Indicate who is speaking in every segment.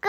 Speaker 1: 哥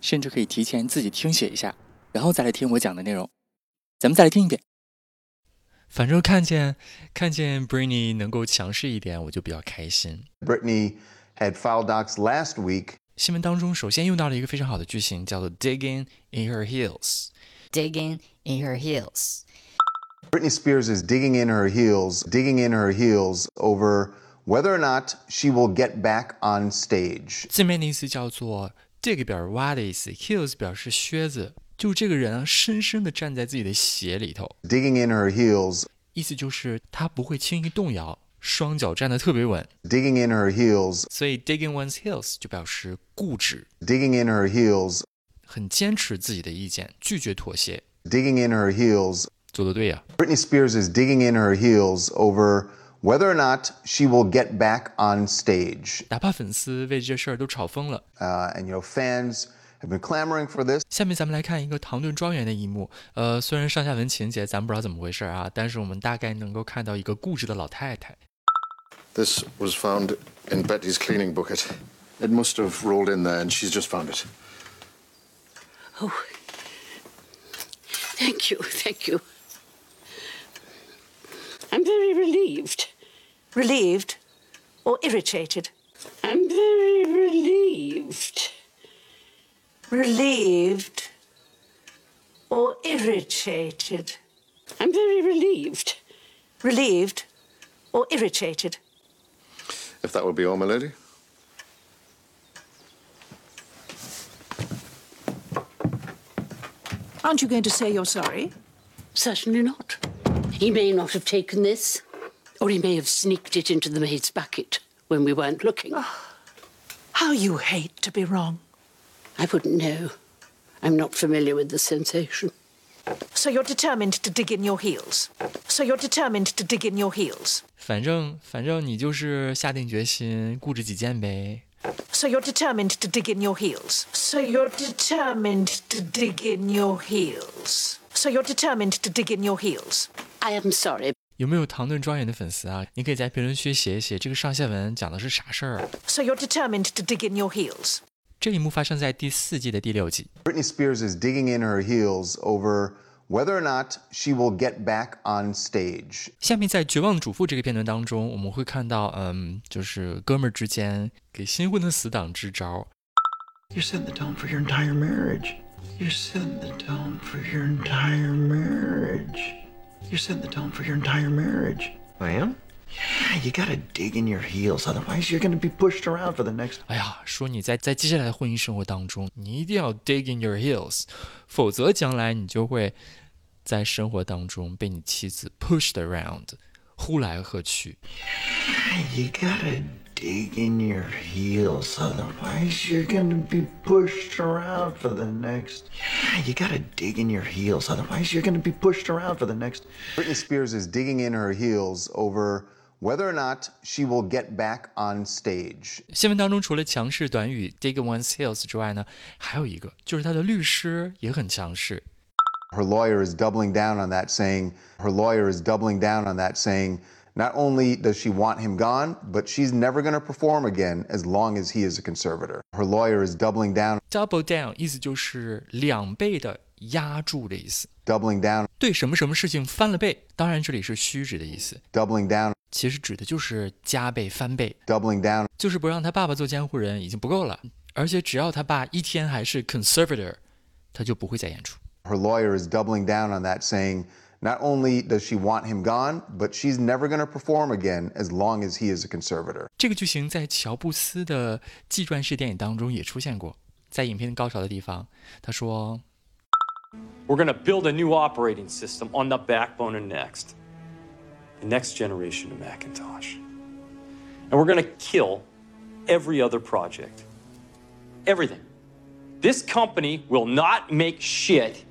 Speaker 2: 甚至可以提前自己听写一下，然后再来听我讲的内容。咱们再来听一遍。反正看见看见 Britney 能够强势一点，我就比较开心。
Speaker 3: Brittany had filed docs last week
Speaker 2: 新闻当中首先用到了一个非常好的句型，叫做 “digging in her heels”。
Speaker 4: digging in her heels.
Speaker 3: Britney Spears is digging in her heels, digging in her heels over whether or not she will get back on stage.
Speaker 2: 字面的意思叫做 “dig” 表示挖的意思，“heels” 表示靴子，就这个人啊，深深的站在自己的鞋里头，
Speaker 3: Digging in her heels,
Speaker 2: 意思就是他不会轻易动摇，双脚站得特别稳。
Speaker 3: digging in her heels,
Speaker 2: 所以 “digging one's heels” 就表示固执，
Speaker 3: digging in her heels,
Speaker 2: 很坚持自己的意见，拒绝妥协。
Speaker 3: digging in her heels.
Speaker 2: 做得对呀、
Speaker 3: Britney Spears is digging in her heels over whether or not she will get back on stage.
Speaker 2: 哪怕粉丝为这事儿都吵疯了。
Speaker 3: Uh, and, you know, fans have been clamoring for this.
Speaker 2: 下面咱们来看一个唐顿庄园的一幕。呃，虽然上下文情节咱们不知道怎么回事啊，但是我们大概能够看到一个固执的老太太。
Speaker 5: This was found in Betty's cleaning bucket. It must have rolled in there, and she's just found it.
Speaker 6: Oh, thank you, thank you. I'm very relieved.
Speaker 7: Relieved or irritated?
Speaker 6: I'm very relieved.
Speaker 7: Relieved or irritated?
Speaker 6: I'm very relieved.
Speaker 7: Relieved or irritated?
Speaker 5: If that would be all, my lady.
Speaker 7: Aren't you going to say you're sorry?
Speaker 6: Certainly not. He may not have taken this, or he may have sneaked it into the maid's bucket when we weren't looking.
Speaker 7: How you hate to be wrong.
Speaker 6: I wouldn't know. I'm not familiar with the sensation.
Speaker 7: So you're determined to dig in your heels. So you're determined to dig in your heels.
Speaker 2: 反正反正你就是下定决心固执己见呗。
Speaker 7: So you're determined to dig in your heels. So you're determined to dig in your heels. So you're determined to dig in your heels.
Speaker 6: I am sorry.
Speaker 2: 有没有唐顿庄园的粉丝啊？你可以在评论区写一写这个上下文讲的是啥事儿。啊
Speaker 7: So you're determined to dig in your heels.
Speaker 2: 这一幕发生在第四季的第六集。
Speaker 3: Britney Spears is digging in her heels over whether or not she will get back on stage.
Speaker 2: 下面在《绝望主妇》这个片段当中，我们会看到，嗯，就是哥们儿之间给新婚的死党支招。
Speaker 8: You're setting the tone for your entire marriage. You're setting the tone for your entire marriage. You're setting the tone for your entire marriage.
Speaker 5: I am?
Speaker 8: Yeah, you gotta dig in your heels, otherwise you're gonna be pushed around for the next
Speaker 2: 哎呀，说你在在接下来的婚姻生活当中，你一定要 dig in your heels，否则将来你就会在生活当中被你妻子 pushed around，呼来喝去。
Speaker 8: Yeah, you gotta dig in your heels, otherwise you're gonna be pushed around for the next Yeah, you gotta dig in your heels, otherwise you're gonna be pushed around for the next
Speaker 3: Britney Spears is digging in her heels over whether or not she will get back on stage.
Speaker 2: 新闻当中除了强势短语 dig one's heels 之外呢，还有一个就是他的律师也很强势。
Speaker 3: Her lawyer is doubling down on that, saying, her lawyer is doubling down on that, saying, not only does she want him gone, but she's never going to perform again as long as he is a conservator. Her lawyer is doubling down,
Speaker 2: double down 意思就是两倍的压住的意思，
Speaker 3: doubling down,
Speaker 2: 对什么什么事情翻了倍。当然这里是虚指的意思，
Speaker 3: doubling down,
Speaker 2: 其实指的就是加倍翻倍，
Speaker 3: doubling down,
Speaker 2: 就是不让他爸爸做监护人已经不够了，而且只要他爸一天还是 conservator，他就不会再演出。
Speaker 3: Her lawyer is doubling down on that, saying, not only does she want him gone, but she's never going to perform again as long as he is a conservator.
Speaker 2: 这个剧情在乔布斯的纪传式电影当中也出现过，在影片高潮的地方，他说
Speaker 9: We're going to build a new operating system on the backbone of Next, the next generation of Macintosh. And we're going to kill every other project, everything. This company will not make shit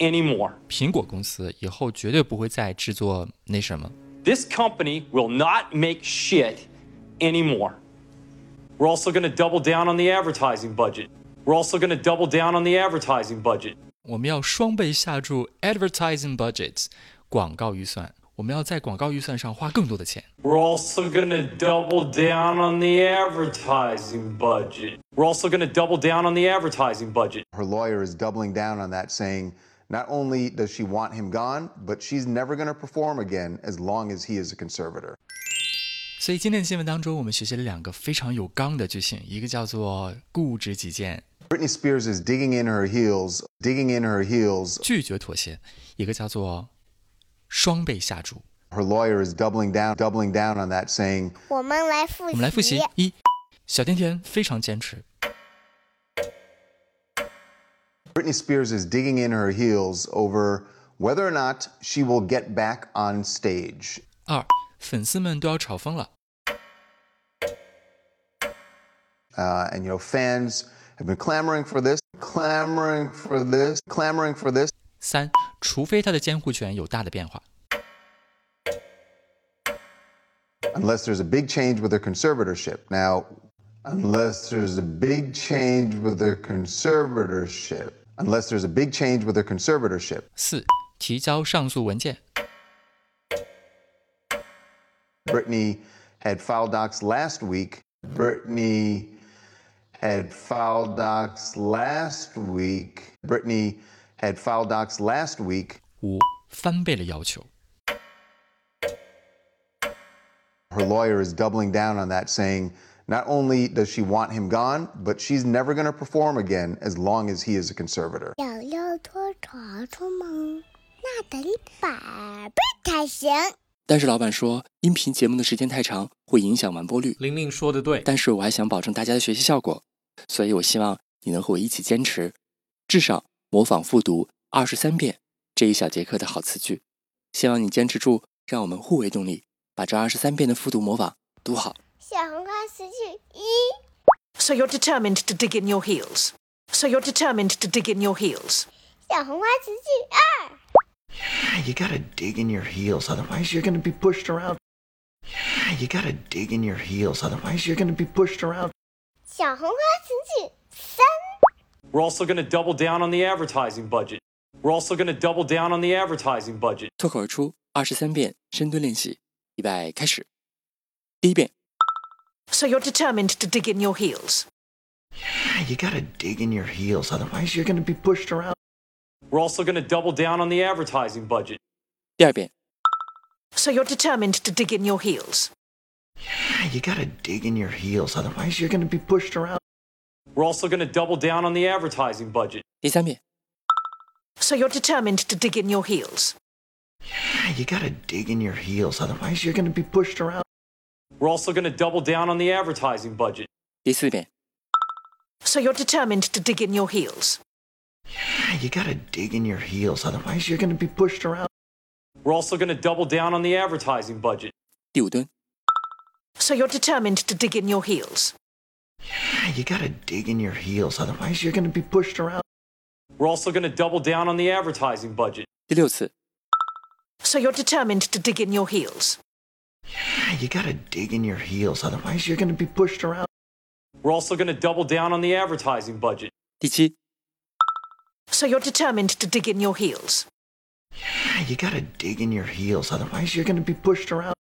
Speaker 9: anymore.
Speaker 10: 苹果公司以后绝对不会再制作那什么。
Speaker 9: This company will not make shit anymore. We're also going to double down on the advertising budget. We're also going to double down on the advertising budget.
Speaker 10: 我们要双倍下注 advertising budget 广告预算，我们要在广告预算上花更多的钱。
Speaker 9: We're also going to double down on the advertising budget. We're also going to double down on the advertising budget.
Speaker 3: Her lawyer is doubling down on that, saying not only does she want him gone, but she's never going to perform again as long as he is a conservator.
Speaker 10: 所以今天的新闻当中，我们学习了两个非常有刚的句型，一个叫做固执己见，
Speaker 3: Britney Spears is digging in her heels, digging in her heels.
Speaker 10: 拒绝妥协；一个叫做双倍下注。
Speaker 3: Her lawyer is doubling down, doubling down on that, saying
Speaker 11: 我们来复习。
Speaker 10: 我们来复习：一，小甜甜非常坚持；
Speaker 3: Britney Spears is digging in her heels over whether or not she will get back on stage.
Speaker 10: 二，粉丝们都要吵疯了；
Speaker 3: Uh, and you know, fans have been clamoring for this, clamoring for this, clamoring for this.
Speaker 10: 三，除非他的监护权有大的变化；
Speaker 3: Unless there's a big change with her conservatorship. Now, unless there's a big change with her conservatorship. Unless there's a big change with her conservatorship.
Speaker 10: 四，提交上诉文件；
Speaker 3: Brittany had filed docs last week. Brittany had filed docs last week. Brittany had filed docs last week.
Speaker 10: 五，翻倍了要求；
Speaker 3: Her lawyer is doubling down on that, saying not only does she want him gone, but she's never going to perform again as long as he is a conservator.
Speaker 11: 想要脱床床吗？那得一百倍才行。
Speaker 2: 但是老板说，音频节目的时间太长，会影响完播率。
Speaker 12: 玲玲说的对，
Speaker 2: 但是我还想保证大家的学习效果，所以我希望你能和我一起坚持，至少模仿复读二十三遍这一小节课的好词句。希望你坚持住，让我们互为动力，把这二十三遍的复读模仿读好。
Speaker 11: 小红花词句一，
Speaker 7: So you're determined to dig in your heels. So you're determined to dig in your heels.
Speaker 11: 小红花词句二，
Speaker 8: Yeah, you gotta dig in your heels, otherwise you're gonna be pushed around. Yeah, you gotta dig in your heels, otherwise you're gonna be pushed around.
Speaker 11: 小红花词句三，
Speaker 9: We're also going to double down on the advertising budget. We're also going to double down on the advertising budget.
Speaker 2: 脱口而出二十三遍深蹲练习，预备开始。第一遍，
Speaker 7: So you're determined to dig in your heels.
Speaker 8: Yeah, you gotta dig in your heels, otherwise you're gonna be pushed around.
Speaker 9: We're also going to double down on the advertising budget.
Speaker 2: 第二遍，
Speaker 7: So you're determined to dig in your heels.
Speaker 8: Yeah, you gotta dig in your heels, otherwise you're gonna be pushed around.
Speaker 9: We're also going to double down on the advertising budget.
Speaker 2: 第三遍，
Speaker 7: So you're determined to dig in your heels.
Speaker 8: Yeah, you gotta dig in your heels, otherwise you're gonna be pushed around.
Speaker 9: We're also going to double down on the advertising budget.
Speaker 2: 第四遍，
Speaker 7: So you're determined to dig in your heels.
Speaker 8: Yeah, you gotta dig in your heels, otherwise you're gonna be pushed around.
Speaker 9: We're also going to double down on the advertising budget.
Speaker 2: 第五蹲，
Speaker 7: So you're determined to dig in your heels.
Speaker 8: Yeah, you gotta dig in your heels, otherwise you're gonna be pushed around.
Speaker 9: We're also going to double down on the advertising budget.
Speaker 2: 第六次，
Speaker 7: So you're determined to dig in your heels.
Speaker 8: Yeah, you gotta dig in your heels, otherwise you're gonna be pushed around.
Speaker 9: We're also going to double down on the advertising budget.
Speaker 2: 第七，
Speaker 7: So you're determined to dig in your heels.
Speaker 8: Yeah, you gotta dig in your heels, otherwise you're gonna be pushed around.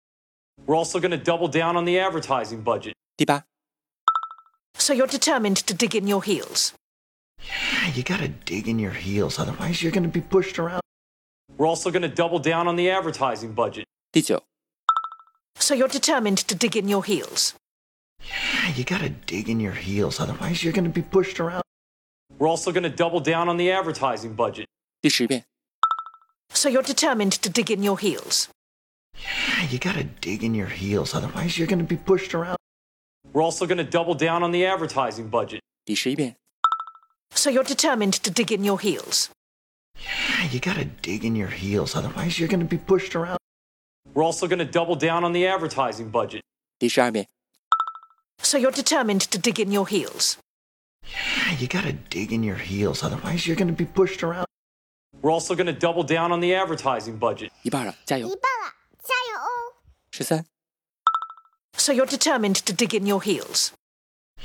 Speaker 9: We're also going to double down on the advertising budget.
Speaker 2: 第八，
Speaker 7: So you're determined to dig in your heels.
Speaker 8: Yeah, you gotta dig in your heels, otherwise you're gonna be pushed around.
Speaker 9: We're also going to double down on the advertising budget.
Speaker 2: 第九，
Speaker 7: So you're determined to dig in your heels.
Speaker 8: Yeah, you gotta dig in your heels, otherwise you're gonna be pushed around.
Speaker 9: We're also going to double down on the advertising budget.
Speaker 2: 第十遍，
Speaker 7: So you're determined to dig in your heels.
Speaker 8: Yeah, you gotta dig in your heels, otherwise you're gonna be pushed around.
Speaker 9: We're also going to double down on the advertising budget.
Speaker 2: 第十一遍，
Speaker 7: So you're determined to dig in your heels.
Speaker 8: Yeah, you gotta dig in your heels, otherwise you're gonna be pushed around.
Speaker 9: We're also going to double down on the advertising budget.
Speaker 2: 第十二遍，
Speaker 7: So you're determined to dig in your heels.
Speaker 8: Yeah, you gotta dig in your heels, otherwise you're gonna be pushed around.
Speaker 9: We're also going to double down on the advertising budget.
Speaker 2: 一半了，加
Speaker 10: 哎
Speaker 2: 油！
Speaker 1: 一半了，加油哦！
Speaker 2: 十三、
Speaker 7: So you're determined to dig in your heels.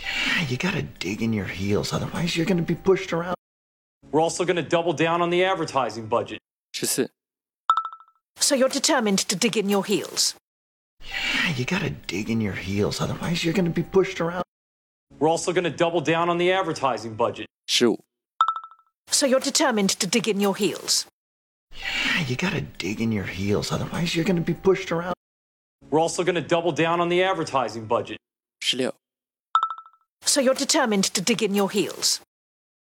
Speaker 8: Yeah, you gotta dig in your heels, otherwise you're gonna be pushed around.
Speaker 9: We're also going to double down on the advertising budget.
Speaker 2: 十四、
Speaker 7: So you're determined to dig in your heels.
Speaker 8: Yeah, you gotta dig in your heels, otherwise you're gonna be pushed around.
Speaker 9: We're also going to double down on the advertising budget.
Speaker 2: 十五、
Speaker 7: So you're determined to dig in your heels.
Speaker 8: Yeah, you gotta dig in your heels, otherwise you're gonna be pushed around.
Speaker 9: We're also going to double down on the advertising budget.
Speaker 2: 十六、
Speaker 7: So you're determined to dig in your heels.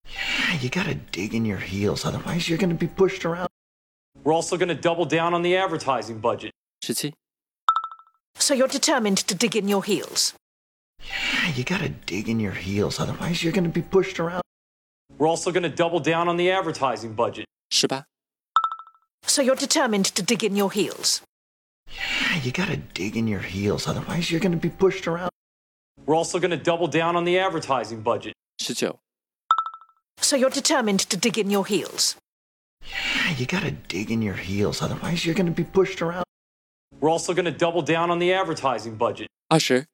Speaker 8: Yeah, you gotta dig in your heels, otherwise you're gonna be pushed around.
Speaker 9: We're also going to double down on the advertising budget.
Speaker 2: 十七、
Speaker 7: So you're determined to dig in your heels.
Speaker 8: Yeah, you gotta dig in your heels, otherwise you're gonna be pushed around.
Speaker 9: We're also going to double down on the advertising budget.
Speaker 2: 十八、
Speaker 7: So you're determined to dig in your heels.
Speaker 8: Yeah, you gotta dig in your heels, otherwise you're gonna be pushed around.
Speaker 9: We're also going to double down on the advertising budget.
Speaker 2: 十九、
Speaker 7: So you're determined to dig in your heels.
Speaker 8: Yeah, you gotta dig in your heels, otherwise you're gonna be pushed around.
Speaker 9: We're also going to double down on the advertising budget.
Speaker 2: 二十、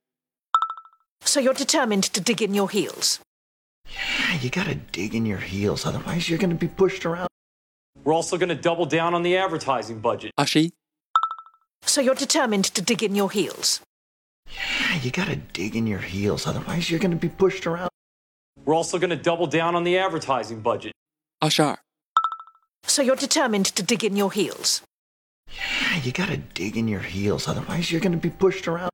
Speaker 7: So you're determined to dig in your heels.
Speaker 8: Yeah, you gotta dig in your heels, otherwise you're gonna be pushed around.
Speaker 9: We're also going to double down on the advertising budget.
Speaker 2: 二十一、
Speaker 7: So you're determined to dig in your heels.
Speaker 8: Yeah, Ah, you gotta dig in your heels, otherwise you're gonna be pushed around.
Speaker 9: We're also going to double down on the advertising budget.
Speaker 2: 二十二、
Speaker 7: So you're determined to dig in your heels.
Speaker 8: Yeah, Ah, you gotta dig in your heels, otherwise you're gonna be pushed around.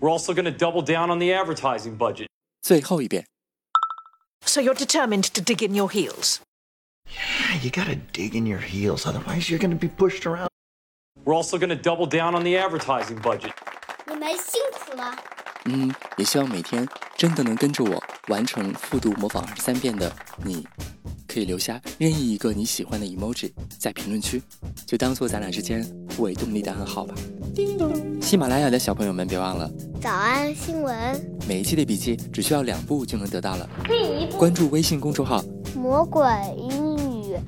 Speaker 9: We're also going to double down on the advertising budget.
Speaker 2: 最后一遍。
Speaker 7: So you're determined to dig in your heels.
Speaker 8: Yeah, Ah, you gotta dig in your heels, otherwise you're gonna be pushed around.
Speaker 9: We're also going to double down on the advertising budget.
Speaker 11: 你们辛苦了。
Speaker 2: 嗯，也希望每天真的能跟着我完成复读模仿二十三遍的你，可以留下任意一个你喜欢的 emoji 在评论区，就当做咱俩之间互为动力的暗号吧。
Speaker 13: 叮咚。
Speaker 2: 喜马拉雅的小朋友们别忘了，
Speaker 11: 早安新闻，
Speaker 2: 每一期的笔记只需要两步就能得到了。
Speaker 1: 可以一步。
Speaker 2: 关注微信公众号，
Speaker 11: 魔鬼英语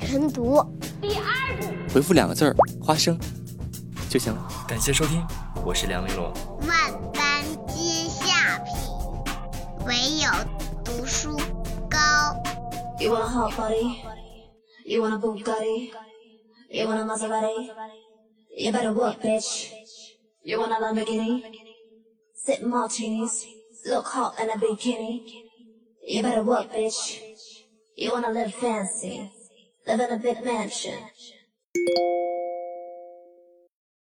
Speaker 11: 晨读。
Speaker 1: 第二步。
Speaker 2: 回复两个字儿“花生”就行了。感谢收听，我是梁玲珑。
Speaker 11: 万般皆下品，唯有读书高。
Speaker 12: You want a hot body? You want a Bugatti? You want a Maserati? You better work, bitch. You want a Lamborghini? Sip martinis, look hot in a bikini. You better work, bitch. You wanna live fancy, live in a big mansion.